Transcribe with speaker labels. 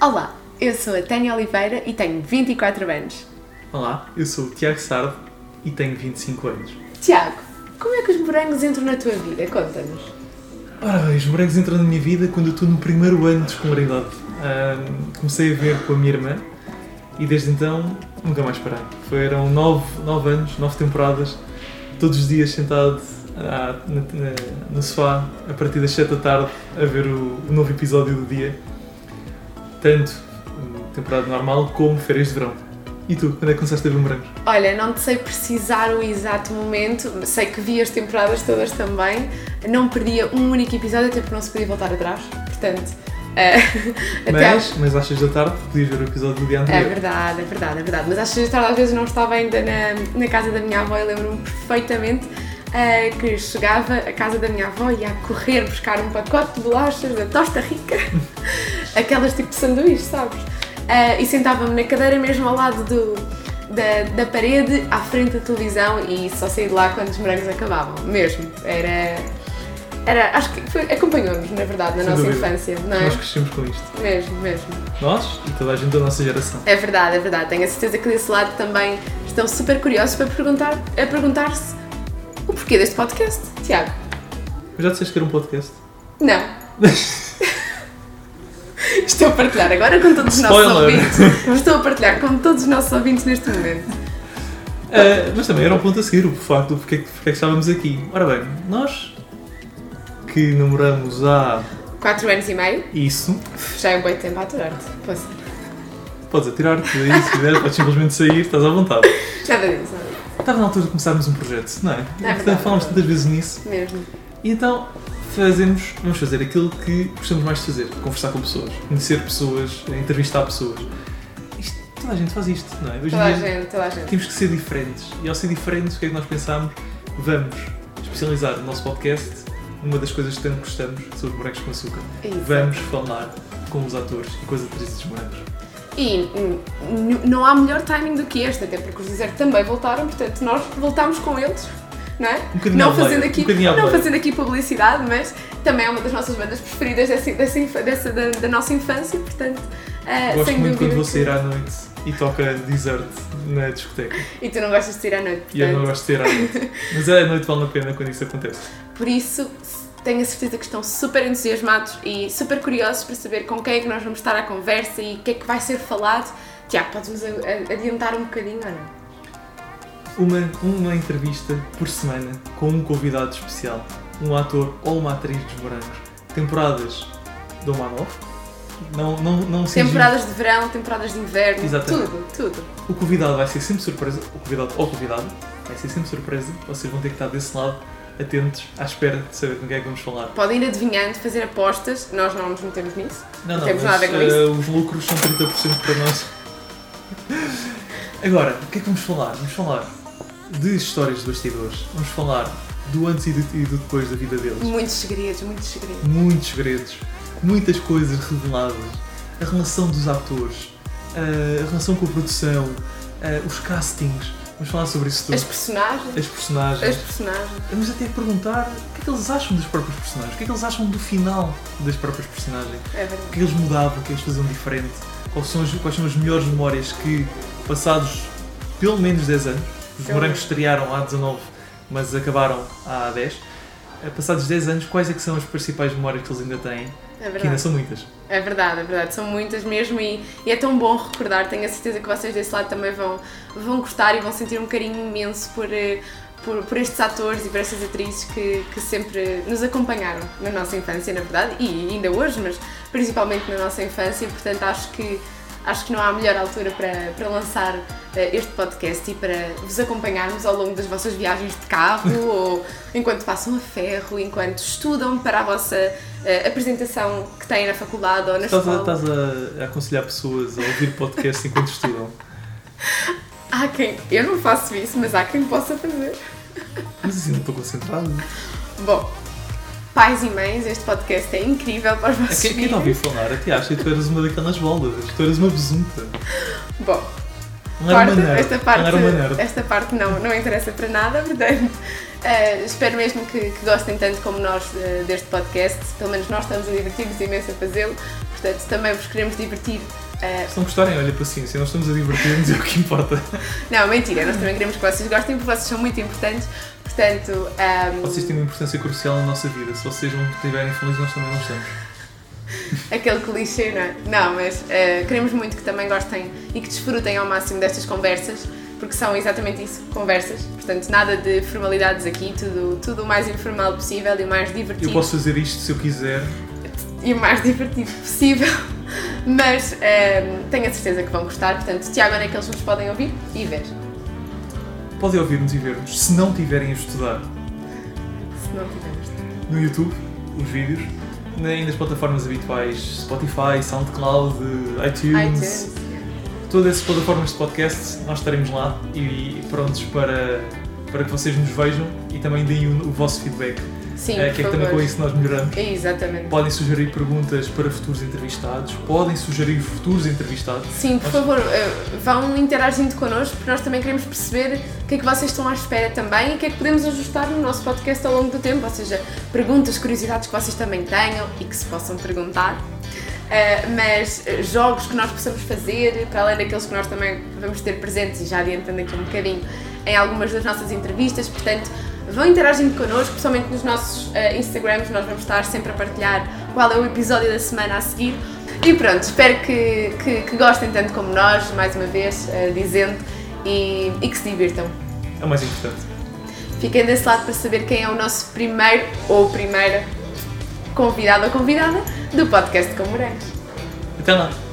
Speaker 1: Olá, eu sou a Tânia Oliveira e tenho 24 anos.
Speaker 2: Olá, eu sou o Tiago Sardo e tenho 25 anos.
Speaker 1: Tiago, como é que os morangos entram na tua vida? Conta-nos.
Speaker 2: Ora bem, os morangos entraram na minha vida quando eu estou no primeiro ano de escolaridade. Ahm, comecei a ver com a minha irmã e desde então nunca mais parei. Foram nove, nove anos, nove temporadas, todos os dias sentado à- na- na- no sofá a partir das 7 da tarde a ver o, o novo episódio do dia. Tanto hum, temporada normal como férias de verão. E tu, quando é que começaste a ver morangos?
Speaker 1: Olha, não te sei precisar o exato momento, sei que vi as temporadas todas também, não perdia um único episódio, até porque não se podia voltar atrás, portanto. eh, até às-
Speaker 2: Mas, mas às 6 da tarde podias ver o episódio do dia
Speaker 1: É
Speaker 2: anterior.
Speaker 1: verdade, é verdade, é verdade. Mas às seis da tarde às vezes não estava ainda na, na casa da minha avó e lembro-me perfeitamente eh, que chegava à casa da minha avó e ia correr buscar um pacote de bolachas da Tosta Rica, aquelas tipo de sanduíches, sabes? Eh, e sentava-me na cadeira mesmo ao lado do, da, da parede, à frente da televisão e só saí de lá quando os morangos acabavam, mesmo. Era. Era, acho que foi- acompanhou-nos, na verdade, na
Speaker 2: Sem
Speaker 1: nossa
Speaker 2: dúvida.
Speaker 1: infância, não é?
Speaker 2: Nós crescemos com isto.
Speaker 1: Mesmo, mesmo.
Speaker 2: Nós e toda a gente da nossa geração.
Speaker 1: É verdade, é verdade. Tenho a certeza que desse lado também estão super curiosos para perguntar, a perguntar-se o porquê deste podcast, Tiago.
Speaker 2: Mas já disseste que era um podcast?
Speaker 1: Não. Estou a partilhar agora com todos os nossos
Speaker 2: Spoiler.
Speaker 1: ouvintes. Estou a partilhar com todos os nossos ouvintes neste momento.
Speaker 2: Ah, mas também era um ponto a seguir o facto do porque, é que- porque é que estávamos aqui. Ora bem, nós que namoramos há
Speaker 1: Quatro anos e meio,
Speaker 2: isso,
Speaker 1: já é um bom tempo a aturar-te. Posso?
Speaker 2: podes atirar-te daí se quiser, podes simplesmente sair, estás à vontade.
Speaker 1: Nada disso, nada disso.
Speaker 2: Estava na altura de começarmos um projeto, não é?
Speaker 1: verdade.
Speaker 2: Portanto, falámos tantas vezes nisso.
Speaker 1: Mesmo.
Speaker 2: E então fazemos, vamos fazer aquilo que gostamos mais de fazer, conversar com pessoas, conhecer pessoas, entrevistar pessoas. Isto, toda a gente faz isto, não é? Hoje em
Speaker 1: Toda a
Speaker 2: dia-
Speaker 1: gente, toda a gente.
Speaker 2: Temos que ser diferentes. E ao ser diferentes, o que é que nós pensámos? Vamos especializar o nosso podcast numa das coisas que tanto gostamos, que são os morangos com açúcar.
Speaker 1: Isso.
Speaker 2: Vamos falar com os atores e com as atrizes dos morangos.
Speaker 1: E hum, n- não há melhor timing do que este, até porque os dizer também voltaram, portanto nós voltámos com eles, não é?
Speaker 2: bocadinho à
Speaker 1: não
Speaker 2: boleia,
Speaker 1: fazendo,
Speaker 2: um
Speaker 1: aqui,
Speaker 2: bocadinho à
Speaker 1: não
Speaker 2: boleia.
Speaker 1: fazendo aqui publicidade, mas também é uma das nossas bandas preferidas dessa, dessa, infa- dessa- da, da nossa infância, portanto, ah,
Speaker 2: Gosto
Speaker 1: sem
Speaker 2: muito
Speaker 1: dúvida.
Speaker 2: quando vou
Speaker 1: que-
Speaker 2: sair à noite e toca Desert na discoteca.
Speaker 1: E tu não gostas de sair à noite,
Speaker 2: E eu não
Speaker 1: portanto.
Speaker 2: gosto de sair à noite. Mas é, a noite vale a pena quando isso acontece.
Speaker 1: Por isso, tenho a certeza que estão super entusiasmados e super curiosos para saber com quem é que nós vamos estar à conversa e o que é que vai ser falado. Tiago, podes-nos a- a- adiantar um bocadinho ou não?
Speaker 2: Uma, uma entrevista por semana com um convidado especial, um ator ou uma atriz dos morangos. Temporadas do Manov. Não, não, não se engane.
Speaker 1: Temporadas de verão, temporadas de inverno,
Speaker 2: Exatamente.
Speaker 1: tudo, tudo.
Speaker 2: O convidado vai ser sempre surpresa, o convidado ou convidado vai ser sempre surpresa, vocês vão ter que estar desse lado atentos à espera de saber com quem é que vamos falar.
Speaker 1: Podem ir adivinhando, fazer apostas, nós não nos metemos nisso.
Speaker 2: Não,
Speaker 1: Não temos nada a ver com
Speaker 2: eh,
Speaker 1: isso.
Speaker 2: os lucros são 30% para nós. Agora, o que é que vamos falar? Vamos falar de histórias de bastidores, vamos falar do antes e do, e do depois da vida deles.
Speaker 1: Muitos segredos, muitos segredos.
Speaker 2: Muitos segredos, muitas coisas reveladas, a relação dos atores, eh, a relação com a produção, eh, os castings, vamos falar sobre isso tudo.
Speaker 1: As personagens,
Speaker 2: As personagens.
Speaker 1: as personagens.
Speaker 2: Vamos até perguntar o que é que eles acham dos próprios personagens, o que é que eles acham do final das próprias personagens,
Speaker 1: É
Speaker 2: o
Speaker 1: verdade.
Speaker 2: que é que eles mudavam, o que é que eles faziam diferente, quais são as, quais são as melhores memórias que, passados pelo menos 10 anos, os
Speaker 1: Pelo menos.
Speaker 2: morangos estrearam há 19, mas acabaram há 10, eh, passados 10 anos, quais é que são as principais memórias que eles ainda têm,
Speaker 1: É
Speaker 2: que ainda
Speaker 1: verdade.
Speaker 2: são muitas.
Speaker 1: É verdade, é verdade. São muitas mesmo e, e é tão bom recordar. Tenho a certeza que vocês desse lado também vão, vão gostar e vão sentir um carinho imenso por, eh, por, por estes atores e por estas atrizes que, que sempre nos acompanharam na nossa infância, na verdade, e ainda hoje, mas principalmente na nossa infância. Portanto, acho que Acho que não há melhor altura para, para lançar eh, este podcast e para vos acompanharmos ao longo das vossas viagens de carro ou enquanto passam a ferro, enquanto estudam para a vossa eh, apresentação que têm na faculdade ou na
Speaker 2: Estás, a,
Speaker 1: escola.
Speaker 2: estás a- a aconselhar pessoas a ouvir podcast enquanto estudam.
Speaker 1: Há quem. Eu não faço isso, mas há quem possa fazer.
Speaker 2: Mas assim, não estou concentrado.
Speaker 1: Bom, pais e mães, este podcast é incrível para os
Speaker 2: A
Speaker 1: vossos
Speaker 2: Quem, quem te ouviu
Speaker 1: filhos.
Speaker 2: falar? Até acha que tu eras uma daquelas bolas, tu eras uma besunta.
Speaker 1: Bom,
Speaker 2: Não era
Speaker 1: parte-
Speaker 2: uma nerd.
Speaker 1: esta parte,
Speaker 2: Não era uma nerd.
Speaker 1: esta parte não, não interessa para nada, portanto, eh, espero mesmo que, que gostem tanto como nós eh, deste podcast, pelo menos nós estamos a divertir-nos imenso a fazê-lo, portanto, Portanto, também vos queremos divertir. eh,
Speaker 2: Se não gostarem, olha, paciência, nós estamos a divertir-nos e é o que importa.
Speaker 1: não, mentira, nós também queremos que vocês gostem porque vocês são muito importantes. Portanto, ehm,
Speaker 2: Vocês têm uma importância crucial na nossa vida. Se vocês não estiverem felizes, nós também não estamos.
Speaker 1: aquele clichê, não é? Não, mas eh, queremos muito que também gostem e que desfrutem ao máximo destas conversas, porque são exatamente isso, conversas. Portanto, nada de formalidades aqui, tudo, tudo o mais informal possível e o mais divertido
Speaker 2: Eu posso fazer isto se eu quiser.
Speaker 1: e o mais divertido possível. Mas ehm, tenho a certeza que vão gostar, portanto, Tiago, onde é que eles nos podem ouvir e ver?
Speaker 2: Podem ouvir-nos e ver-nos. Se não tiverem a estudar
Speaker 1: Se não tivermos.
Speaker 2: no YouTube, os vídeos, nem nas plataformas habituais Spotify, SoundCloud,
Speaker 1: iTunes.
Speaker 2: todas essas plataformas de podcast, nós estaremos lá e prontos para, para que vocês nos vejam e também deem o, o vosso feedback,
Speaker 1: Sim,
Speaker 2: eh, que é
Speaker 1: por
Speaker 2: que também
Speaker 1: favor.
Speaker 2: com isso nós melhoramos.
Speaker 1: Exatamente.
Speaker 2: Podem sugerir perguntas para futuros entrevistados, podem sugerir futuros entrevistados.
Speaker 1: Sim, por
Speaker 2: Nós-
Speaker 1: favor, eh, vão interagindo connosco, porque nós também queremos perceber o que é que vocês estão à espera também e o que é que podemos ajustar no nosso podcast ao longo do tempo, ou seja, perguntas, curiosidades que vocês também tenham e que se possam perguntar. Eh, mas eh, jogos que nós possamos fazer, para além daqueles que nós também vamos ter presentes, e já adiantando aqui um bocadinho, em algumas das nossas entrevistas, portanto, vão interagindo connosco, principalmente nos nossos eh, Instagrams, nós vamos estar sempre a partilhar qual é o episódio da semana a seguir. E pronto, espero que, que, que gostem tanto como nós, mais uma vez, eh, dizendo, e, e que se divirtam.
Speaker 2: É o mais importante.
Speaker 1: Fiquem desse lado para saber quem é o nosso primeiro ou primeira convidado ou convidada do podcast com Morangos.
Speaker 2: Até lá!